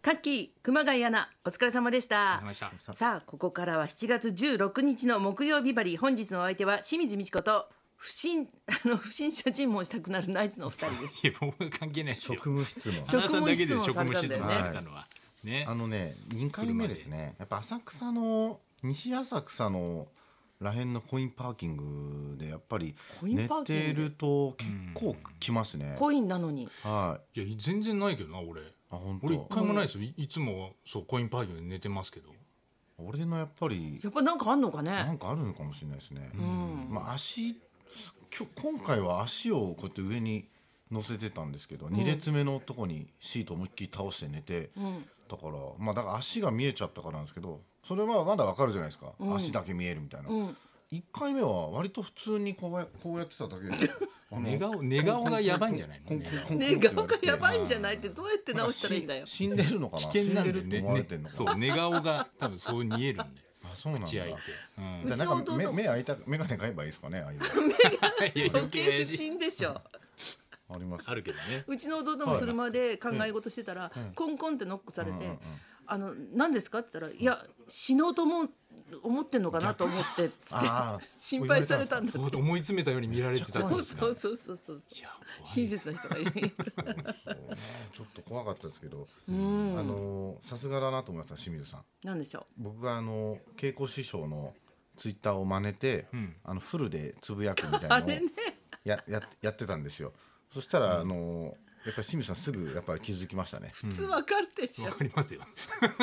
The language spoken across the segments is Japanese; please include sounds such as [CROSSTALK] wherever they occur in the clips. カッキー熊谷アナお疲れ様でしたお疲れ様でしたさあここからは7月16日の木曜日バリ本日のお相手は清水美智子と不審 [LAUGHS] あの不審者尋問したくなるナイツのお二人ですいや僕は関係ないですよ職務質問職花さんだけで職職務務質質問問されさたんだよねれたのはねあのね2回目ですねやっぱ浅草の西浅草のらへんのコインパーキングでやっぱりコイン寝パーキングてると結構来ますね、コインなのにはいや全然ないけどな俺あ本当俺一回もないですよいいつもはそうコインパーキングで寝てますけどい俺のやっぱりやっぱなんかあんのかなねんかあるのかもしれないですね、まあ足今日今回は足をこうやって上に乗せてたんですけど、2列目のとこにシート思いっきり倒して寝て、だからまあだから足が見えちゃったからなんですけどそれはまだわかるじゃないですか、足だけ見えるみたいな、1回目は割と普通にこうやこうやってただけであ寝顔寝顔がやばいんじゃないのコンコンコンコンね顔がやばいんじゃなないいってどうやって直したらいいんだよ死んでるのかな危険なん死でんでるってね思われてんのかな、そう寝顔が多分そう見えるんであそうなんだ口開いてうんじゃあなんかうち目の弟目開いた眼鏡買えばいいですかねああいういや余余計計不審でしょのありますあるけどねうちの弟も車で考え事してたら、コンコンってノックされて「あの何ですか?」って言ったら「いや死のうと思う思ってんのかなと思って」っつってああ [LAUGHS] 心配されたんだってそう思い詰めたように見られてたんそうですかそうそうそうそういや怖い親切な人がいるちょっと怖かったですけど、あのさすがだなと思いました清水さん。なんでしょ僕があの稽古師匠のツイッターを真似て、あのフルでつぶやくみたいなのをやややってたんですよ。そしたら、あのやっぱり清水さんすぐやっぱり気づきましたね。う普通わかるでしょわ、かりますよ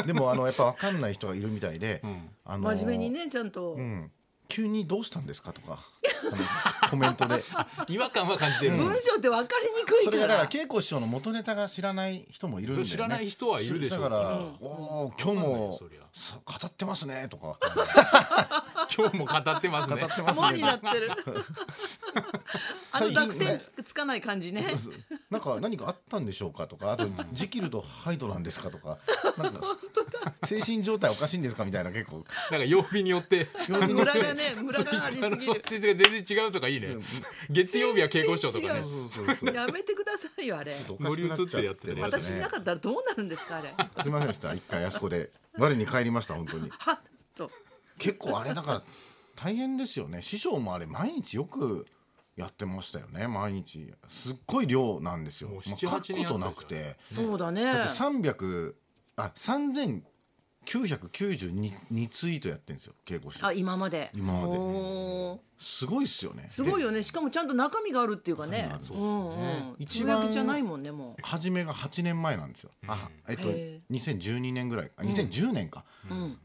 でもあのやっぱわかんない人がいるみたいで、あの真面目にねちゃんと、うん急にどうしたんですかとかあのコメントで。違和感は感じてる文章ってわかりにくいそれかがだからら稽古師匠の元ネタが知らない人もいるんだよね知らない人はいるでしょうだから、おお今日もそりゃさ語ってますねとか今日も語ってます語ねってますもねになってるあの最近ね濁点つつかない感じねなんか何かあったんでしょうかとかあとジキルとハイドなんですかとかなんか精神状態おかしいんですかみたいな結構なんか曜日によってムラがねムラがありあすのぎる先生が全然違うとかいいね月曜日は稽古師匠とか全ね然違やめてくださいよあれ乗り移ってやってるやつね私いなかったらどうなるんですかあれはすみませんでした一回あそこで我に帰りました本当にっと結構あれだから大変ですよね師匠もあれ毎日よくやってましたよね毎日すっごい量なんですよ、もまうあ、 7書く8ことなくてそうだねだって300あ3992ツイートやってるんですよ稽古師あ今まで今までおーすごいっすよねすごいでよねしかもちゃんと中身があるっていうかね中う身んうん一一番番じゃないもんねも初めが8年前なんですよ、あえっとへ2012年ぐらいあ2010年か、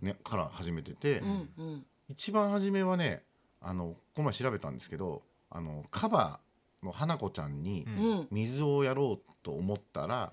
ね、から始めてて、う、うん、一番初めはねあのこの前調べたんですけどあのカバの花子ちゃんにん水をやろうと思ったら、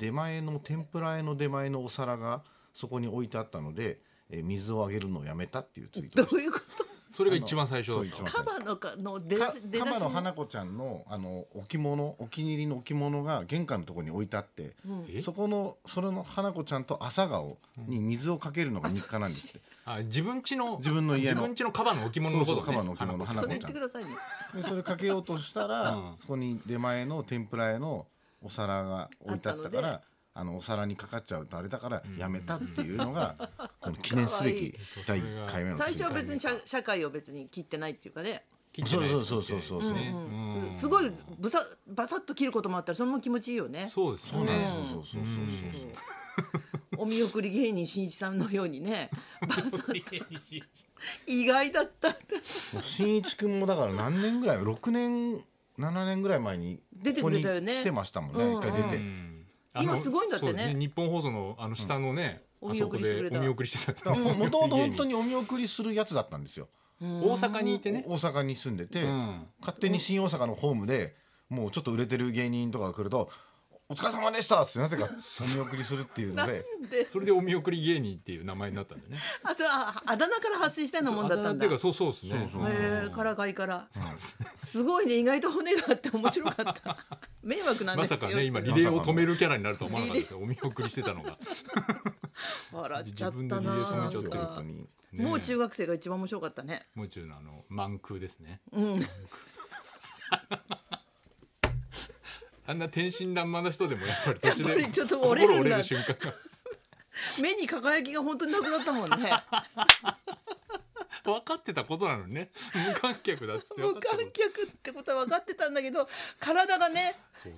出前の天ぷらへの出前のお皿がそこに置いてあったので、えー水をあげるのをやめたっていうツイートどでういうことそれが一番最初だそっうた一番カバのかの出だかし出だしカバのの花子ちゃんのあの置物お気に入りの置物が玄関のところに置いてあって、えそこのそれの花子ちゃんと朝顔に水をかけるのが日課なんですって、あ自分家の自分の家の自分家のカバの置物のこと、ね、そうそうカバの置物のあ花そ子れ言っちてゃんくださいねでそれかけようとしたら、うんそこに出前の天ぷら屋のお皿が置いてあったからあったのあのお皿にかかっちゃうとあれだからやめたっていうの [LAUGHS] が、この記念すべかわいいき第1回目の最初は別に社社会を別に切ってないっていうかね切ってないやつですねそうそうそうそうそうねうんすごいぶさバサッと切ることもあったらそのまま気持ちいいよねそうですよそうねそうそうそうそうそうお見送り芸人しんいちさんのようにねバサッと意外だったんだもう新一君もだから何年ぐらい6年7年ぐらい前に出てくれたよねここに来てましたもんね一回出て、あの今すごいんだってねそう日本放送のあの下のね、うんあそこでお見お見送送りしてただからもとも [LAUGHS] と本当ににお見送りするやつだったんですよ大阪にいてね大阪に住んでて、ん勝手に新大阪のホームでもうちょっと売れてる芸人とかが来ると「お疲れ様でした!」って [LAUGHS] なぜかお見送りするっていうのででそれでお見送り芸人っていう名前になったんでねあそれはああだ名から発生したようなもんだったあんっだていうかそうそうですねそうへえからかいからすごいね意外と骨があって面白かった迷惑なんまですさよかね今リリレレーーをを止止めめるキャラになると思わなかったですよお見送りしてたのが笑っちゃったな自分でリレー止めそうちゃってるなん本か当にもう中学生が一番面白かったねもう中のあの満空ですねうん [LAUGHS] あんな天真爛漫な人でもやっぱり途中やっぱでりちょっと折れるんだ心折れる瞬間が目に輝きが本当になくなったもんね分かってたことなのにね無観客だっつって分無かって観客ってことは分かってたんだけど体がね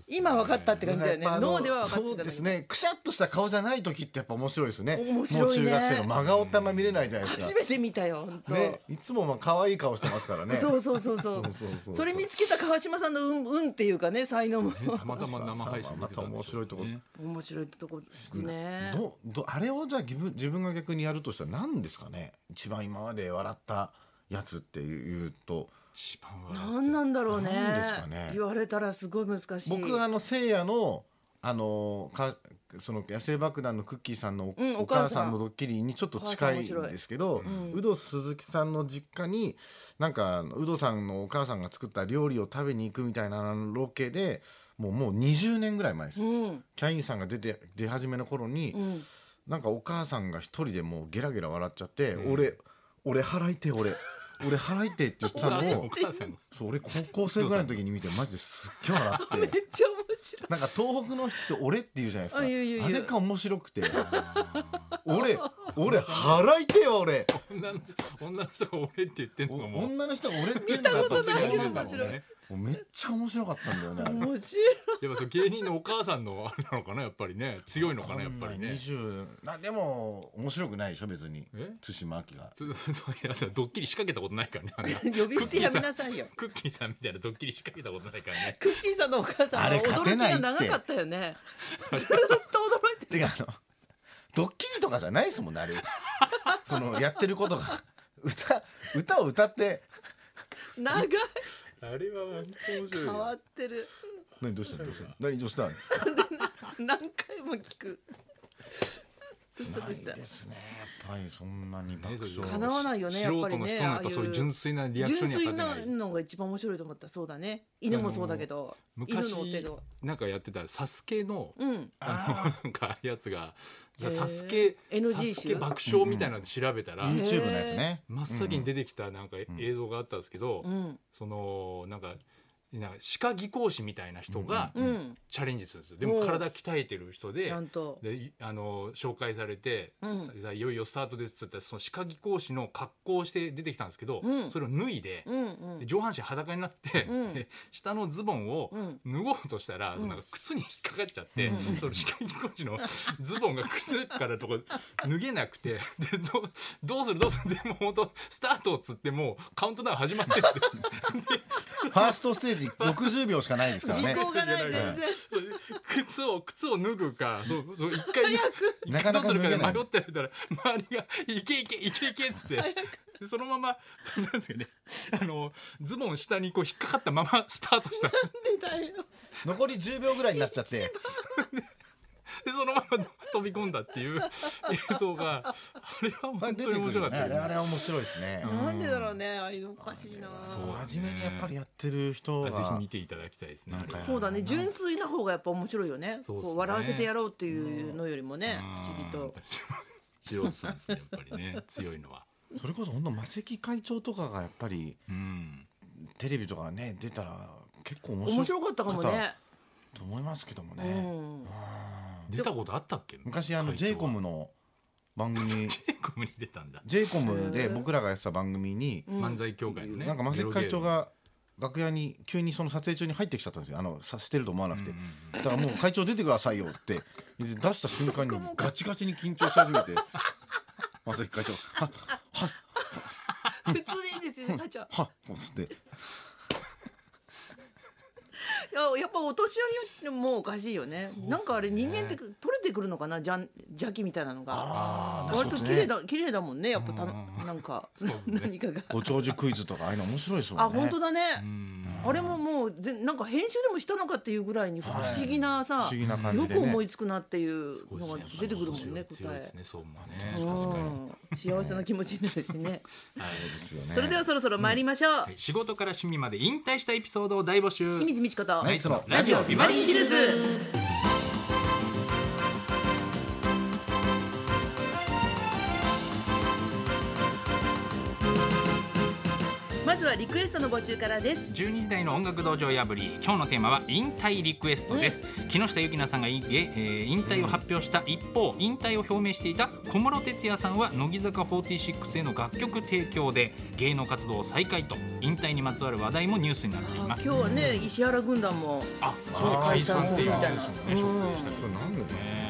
今分かったって感じだよねやっぱあの脳では分かってたそんうだでけすどねくしゃっとした顔じゃない時ってやっぱ面白いですね面白いねもう中学生の真顔ってあんま見れないじゃないです初かめて見たよ本当、ね、いつもまあ可愛い顔してますからねそうそうそうそうそうそうそうそれ見つけた川島さんの運運っていうかね才能もたたまたま生配信ま見てたたん面ですよ白いところ、面白いとこつくねどどあれをじゃあ自分自分が逆にやるとしたら何ですかね一番今まで笑ったやつっていうと一番はなんなんだろうねなんですかね言われたらすごい難しい僕はあのせいやのあのかその野生爆弾のクッキーさんのお,、うんお母さん母さんのドッキリにちょっと近いんですけど、有働鈴木さんの実家になんか有働さんのお母さんが作った料理を食べに行くみたいなロケでもうもう20年ぐらい前です、うんキャインさんが出て出始めの頃に、うんなんかお母さんが一人でもうゲラゲラ笑っちゃって、俺俺払いてえ俺俺払いてえって言ってたのおを母さんがそう俺高校生ぐらいの時に見てマジですっげえ笑っめてっちゃ面白 [LAUGHS] いなんか東北の人って俺って言うじゃないですかあ言う言う言うあれが面白 [LAUGHS] くて俺俺払いてえよ俺女の女の人が俺って言ってんのがもう女の人が俺って言うんだ見たことないけどそう思うんだろう面白ねもうめっちゃ面白かったんだよねあれ面白いやっぱそう芸人のお母さんのあれなのかなやっぱりね強いのかなやっぱり [LAUGHS] ね。 20なでも面白くないでしょ別にえ対馬明がずっとやだドッキリ仕掛けたことないからねあんな。呼び捨てやめなさいよクッキーさんみたいなドッキリ仕掛けたことないからね。クッキーさんのお母さんはあれ驚勝てきないがって長かったよねずっと驚いててかあの [LAUGHS] ドッキリとかじゃないですもん [LAUGHS] ねあれそのやってることが歌歌を歌って長いあれは本当面白い変わよ。ってる何どうしたのどうしたの何どうしたの何回も聞くどうしたどうしたですねやっぱりそんなに爆ねそう笑叶わないよねやっぱりね素人の人のやっぱそういう純粋なリアクションには純粋勝てなないのが一番面白いと思ったそうだね犬もそうだけど犬昔のお手がなんかやってたサスケのうんあのなんかやつがーサスケ NG サスケ集爆笑みたいなの調べたら。 YouTube のやつね真っ先に出てきたなんか映像があったんですけど、んそのなんかなんか歯科技工士みたいな人がうんチャレンジするんですよ、おでうも体鍛えてる人でちゃんとでいあの紹介されて、うんさいよいよスタートですっつったらその歯科技工士の格好をして出てきたんですけど、うんそれを脱いで,、うんうんで上半身裸になって、うんで下のズボンをう脱ごうとしたら、そのなんか靴に引っかかっちゃって、その歯科技工士のズボンが靴からとこ脱げなくてでどうどうするどうするでもう本当スタートっつってもうカウントダウン始まってるんですよ。ファーストステージ60秒しかないですから時ね効がない全然それ靴を靴を脱ぐか、そうそう一回一な回かどなうかす脱るかげでない迷ってたら周りがいけいけいけいけっつって。でそのままそうなんですよね。あのズボン下にこう引っかかったままスタートした。なんでだよ残り10秒ぐらいになっちゃってでそのまま飛び込んだっていう映像があれはあれ本出当てくにる面白かよっねたあよね。れあれは面白いですねなんでだろうねああいうのおかしいなそう真面目にやっぱりやってる人ぜひは見ていただきたいですね。あれはそうだね純粋な方がやっぱ面白いよねそうっすねこう笑わせてやろうっていうのよりもね不思議と素人さんですねやっぱりね強いのは。それこそほんと魔石会長とかがやっぱりうん。テレビとかね出たら結構面面白白かったかもねと思いますけどもね、うん出たことあったっけ？昔あの会長は j コムの番組ジェイコムに出たんだ。 j コムで僕らがやってた番組に、漫才協会のね。なんかマセキ会長メロが楽屋に急にその撮影中に入ってきちゃったんですよあのさしてると思わなくて、だからもう会長出てくださいよってで出した瞬間にガチガチに緊張し始めてマセキ会長は普通でいいんですよね課長はっこうつっていややっぱお年寄りもおかしいよねなんかあれ人間って取れてくるのかなじゃん邪気みたいなのがあー割とそう綺で麗すねだ綺麗だもんねやっぱたなんか何かがご長寿クイズとかああいうの面白いですもんねあ本当だだねあれももうぜなんか編集でもしたのかっていうぐらいに不思議なさ不思議な感よじでねく思いつくなっていうディのーがが出てくるもんね強答いでえすねそうもね。うん幸せな気持ちになるしねですよね [LAUGHS] それではそろそろ参りましょうはい仕事から趣味まで引退したエピソードを大募集。清水美智子とナイツのラジオビバリーヒルズ。まずはリクエストの募集からです12時台の音楽道場破り今日のテーマは引退リクエストです、木下ゆきなさんがい、えー引退を発表した一方、引退を表明していた小室哲哉さんは乃木坂46への楽曲提供で芸能活動を再開と引退にまつわる話題もニュースになっていあ今ます日はね石原軍団もあ、あー解散っていうことですよねショックでしたけどこれ何でだろうね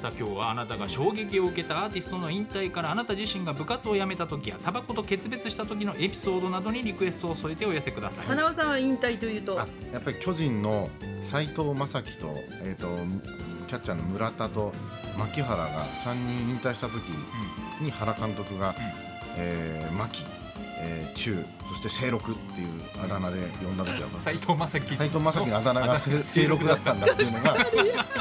さあ今日はあなたが衝撃を受けたアーティストの引退からあなた自身が部活を辞めた時やタバコと決別した時のエピソードなどにリクエストを添えてお寄せください。花輪さんは引退というとあやっぱり巨人の斎藤正樹と,、えー、とキャッチャーの村田と牧原が3人引退した時に原監督が、えー牧、えー中そして清六っていうあだ名で呼んだ時は斉藤正樹斎藤正樹のあだ名が清清六だったんだっていうのが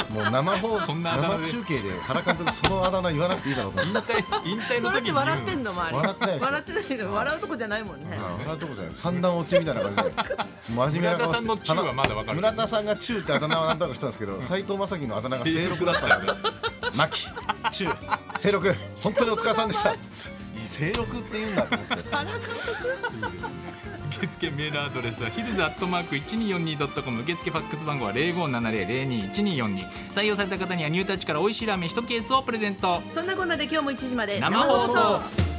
もう生放そ送んなあだ名で生中継で原監督そのあだ名言わなくていいだろうと思引って [LAUGHS] 退引退のそれっ時にて笑ってんの周り笑ってないですよ笑ってないけど笑うとこじゃないもんね村田とこじゃない三段落ちみたいな感じで真面目な顔して村田さんの中はまだわかる村田さんが中ってあだ名は何とかしたんですけど斎藤正樹のあだ名が [LAUGHS] 清六だったので牧中清六本当にお疲れさんでした清六って言うんだと思って受付メールアドレスはヒルズアットマーク 1242.com 受付ファックス番号は0570021242採用された方にはニュータッチから美味しいラーメン1ケースをプレゼントそんなこんなで今日も1時まで生放送